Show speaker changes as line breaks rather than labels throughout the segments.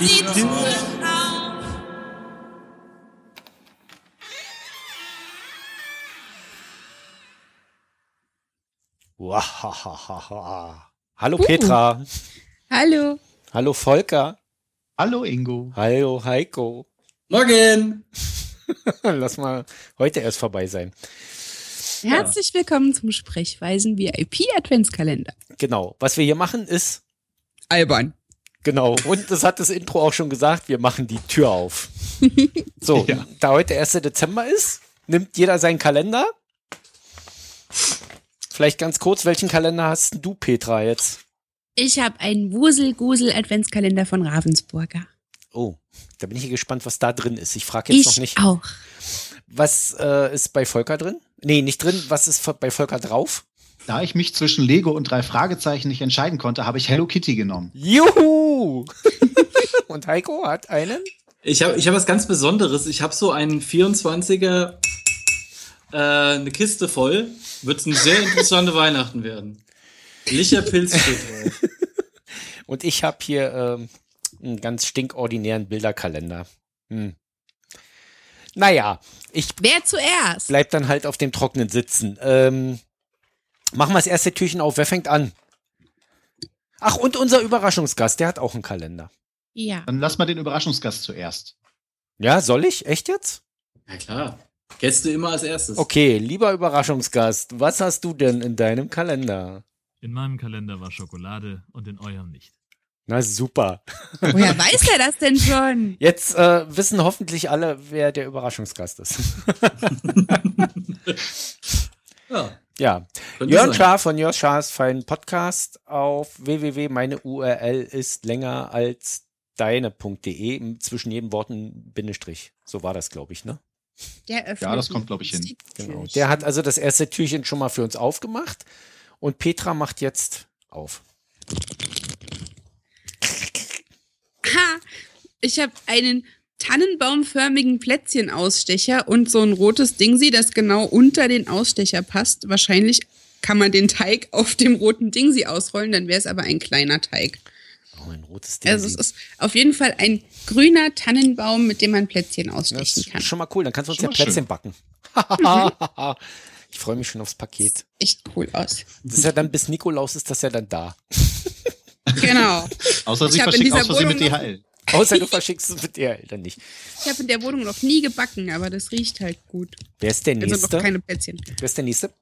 Ich bin.
Wahahaha. Hallo Petra.
Hallo.
Hallo Volker.
Hallo Ingo.
Hallo Heiko.
Morgen!
Lass mal heute erst vorbei sein.
Herzlich willkommen zum Sprechweisen VIP Adventskalender.
Genau. Was wir hier machen ist,
Albern.
genau, und das hat das Intro auch schon gesagt, wir machen die Tür auf. So,
Ja.
da heute 1. Dezember ist, nimmt jeder seinen Kalender. Vielleicht ganz kurz, welchen Kalender hast du, Petra, jetzt?
Ich habe einen Wusel-Gusel Adventskalender von Ravensburger.
Oh, da bin ich gespannt, was da drin ist. Ich frage jetzt noch
Ich
nicht.
auch.
Was äh, ist bei Volker drin? Nee, nicht drin. Was ist bei Volker drauf?
Da ich mich zwischen Lego und drei Fragezeichen nicht entscheiden konnte, habe ich Hello Kitty genommen.
Juhu! Und Heiko hat einen?
Ich habe ich hab was ganz Besonderes. Ich habe so einen 24er, äh, eine Kiste voll. Wird eine sehr interessante Weihnachten werden. Licherpilz steht drauf.
Und ich habe hier ähm, einen ganz stinkordinären Bilderkalender. Hm. Naja, ich
Wer zuerst?
bleib dann halt auf dem Trockenen sitzen. Ähm, machen wir das erste Türchen auf. Wer fängt an? Ach, und unser Überraschungsgast, der hat auch einen Kalender.
Ja.
Dann lass mal den Überraschungsgast zuerst.
Ja, soll ich? Echt jetzt?
Na klar. Gäste immer als erstes.
Okay, lieber Überraschungsgast, was hast du denn in deinem Kalender?
In meinem Kalender war Schokolade und in eurem nicht.
Na super.
Woher weiß er das denn schon?
Jetzt äh, wissen hoffentlich alle, wer der Überraschungsgast ist.
Ja,
ja.
könnte
Jörn
sein.
Schaar von Jörn Schaars feinen Podcast auf www. Meine URL ist länger als deine.de. E, Zwischen jedem Wort ein Bindestrich. So war das, glaube ich, ne?
Der öffnet
Ja, das kommt, glaub ich, hin.
Genau. Der hat also das erste Türchen schon mal für uns aufgemacht. Und Petra macht jetzt auf.
Ha! Ich habe einen tannenbaumförmigen Plätzchenausstecher und so ein rotes Dingsi, das genau unter den Ausstecher passt. Wahrscheinlich kann man den Teig auf dem roten Dingsi ausrollen, dann wäre es aber ein kleiner Teig.
Oh, ein rotes Ding.
Also es ist auf jeden Fall ein grüner Tannenbaum, mit dem man Plätzchen
das
ausstechen
ist
kann.
schon mal cool. Dann kannst du uns ja
Schon mal schön.
Plätzchen backen. ich freue mich schon aufs Paket.
Echt cool aus.
Das ist ja dann bis Nikolaus ist das ja dann da.
Genau.
Außer sie
Ich hab in
verschickt
dieser
aus Versehen mit
Wohnung noch-
DHL.
Außer du verschickst es mit der Eltern nicht.
Ich habe in der Wohnung noch nie gebacken, aber das riecht halt gut.
Wer ist der
Also
Nächste?
noch keine Plätzchen.
Wer ist der Nächste?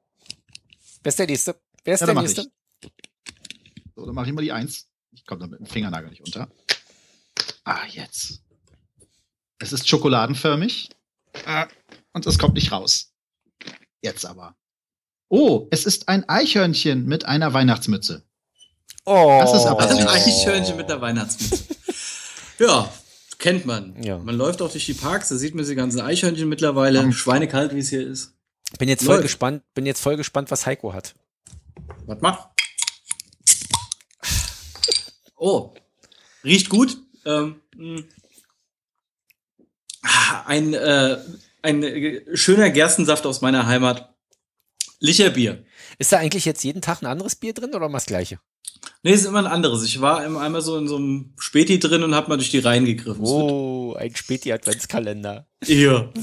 Wer ist der Nächste? Wer ist
Ja,
der
dann mach
Nächste?
ich. So, dann mache ich mal die Eins. Ich komme da mit dem Fingernagel nicht unter. Ah, jetzt. Es ist schokoladenförmig. Ah, und es kommt nicht raus. Jetzt aber. Oh, es ist ein Eichhörnchen mit einer Weihnachtsmütze.
Oh.
Das ist aber-
Also ein Eichhörnchen mit der Weihnachtsmütze. ja, kennt man.
Ja.
Man läuft auch durch die Parks, da sieht man die ganzen Eichhörnchen mittlerweile. Schweinekalt, wie es hier ist.
Bin jetzt voll
Läuft.
gespannt, bin jetzt voll gespannt, was Heiko hat.
Was macht? Oh, riecht gut. Ähm, mh. Ah, ein, äh, ein äh, schöner Gerstensaft aus meiner Heimat. Licherbier.
Ist da eigentlich jetzt jeden Tag ein anderes Bier drin oder immer das gleiche?
Nee, ist immer ein anderes. Ich war im- einmal so in so einem Späti drin und hab mal durch die Reihen gegriffen.
Oh, ein Späti-Adventskalender.
Ja.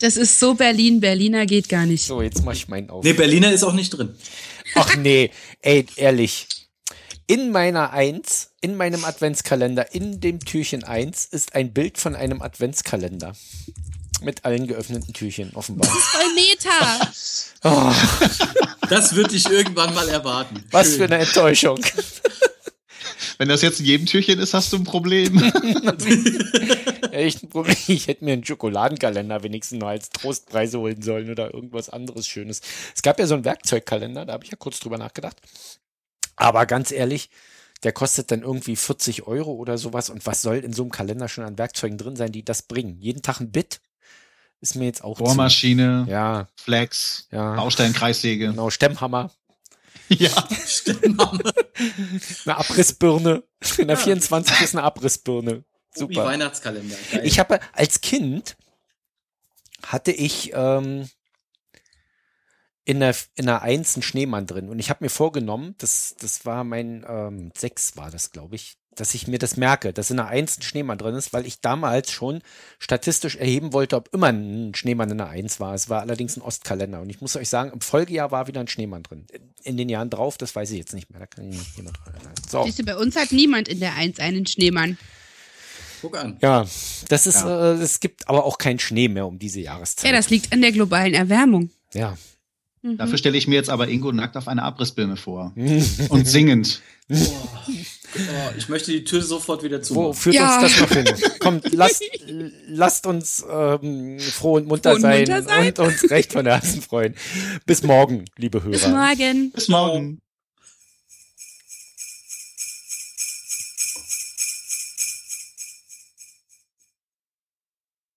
Das ist so Berlin. Berliner geht gar nicht.
So, jetzt mach ich meinen auf.
Nee, Berliner ist auch nicht drin.
Ach nee, ey, ehrlich. In meiner Eins, in meinem Adventskalender, in dem Türchen Eins ist ein Bild von einem Adventskalender. Mit allen geöffneten Türchen, offenbar.
Voll Meta.
Oh,
Das würde ich irgendwann mal erwarten.
was
Schön.
für eine Enttäuschung.
Wenn das jetzt in jedem Türchen ist, hast du ein Problem.
Echt ein Problem. Ich hätte mir einen Schokoladenkalender wenigstens noch als Trostpreise holen sollen oder irgendwas anderes Schönes. Es gab ja so einen Werkzeugkalender, da habe ich ja kurz drüber nachgedacht. Aber ganz ehrlich, der kostet dann irgendwie 40 Euro oder sowas. Und was soll in so einem Kalender schon an Werkzeugen drin sein, die das bringen? Jeden Tag ein Bit ist mir jetzt auch. zu-
Bohrmaschine,
Ja,
Flex,
ja.
Bausteinkreissäge.
Genau, Stemmhammer,
Ja.
eine Abrissbirne. In der 24 ist eine Abrissbirne.
Obi
Super.
Weihnachtskalender. Geil.
Ich habe als Kind hatte ich ähm, in der in der Eins einen Schneemann drin und ich habe mir vorgenommen, das das war mein ähm, sechs war das glaube ich, dass ich mir das merke, dass in einer Eins ein Schneemann drin ist, weil ich damals schon statistisch erheben wollte, ob immer ein Schneemann in einer Eins war. Es war allerdings ein Ostkalender. Und ich muss euch sagen, im Folgejahr war wieder ein Schneemann drin. In den Jahren drauf, das weiß ich jetzt nicht mehr. Da kann ich mich jemand dran erinnern. So.
Siehst du, bei uns hat niemand in der Eins einen Schneemann.
Guck an.
Ja, das ist, Äh, es gibt aber auch keinen Schnee mehr um diese Jahreszeit.
Ja, das liegt an der globalen Erwärmung.
Ja.
Mhm.
Dafür stelle ich mir jetzt aber Ingo nackt auf einer Abrissbirne vor. Und singend.
Boah. Oh, ich möchte die Tür sofort wieder zu.
Wo führt
Ja.
uns das noch hin? Kommt, lasst, lasst uns ähm, froh und munter,
Froh und
sein,
munter sein.
und uns recht von Herzen freuen. Bis morgen, liebe Hörer.
Bis morgen.
Bis morgen.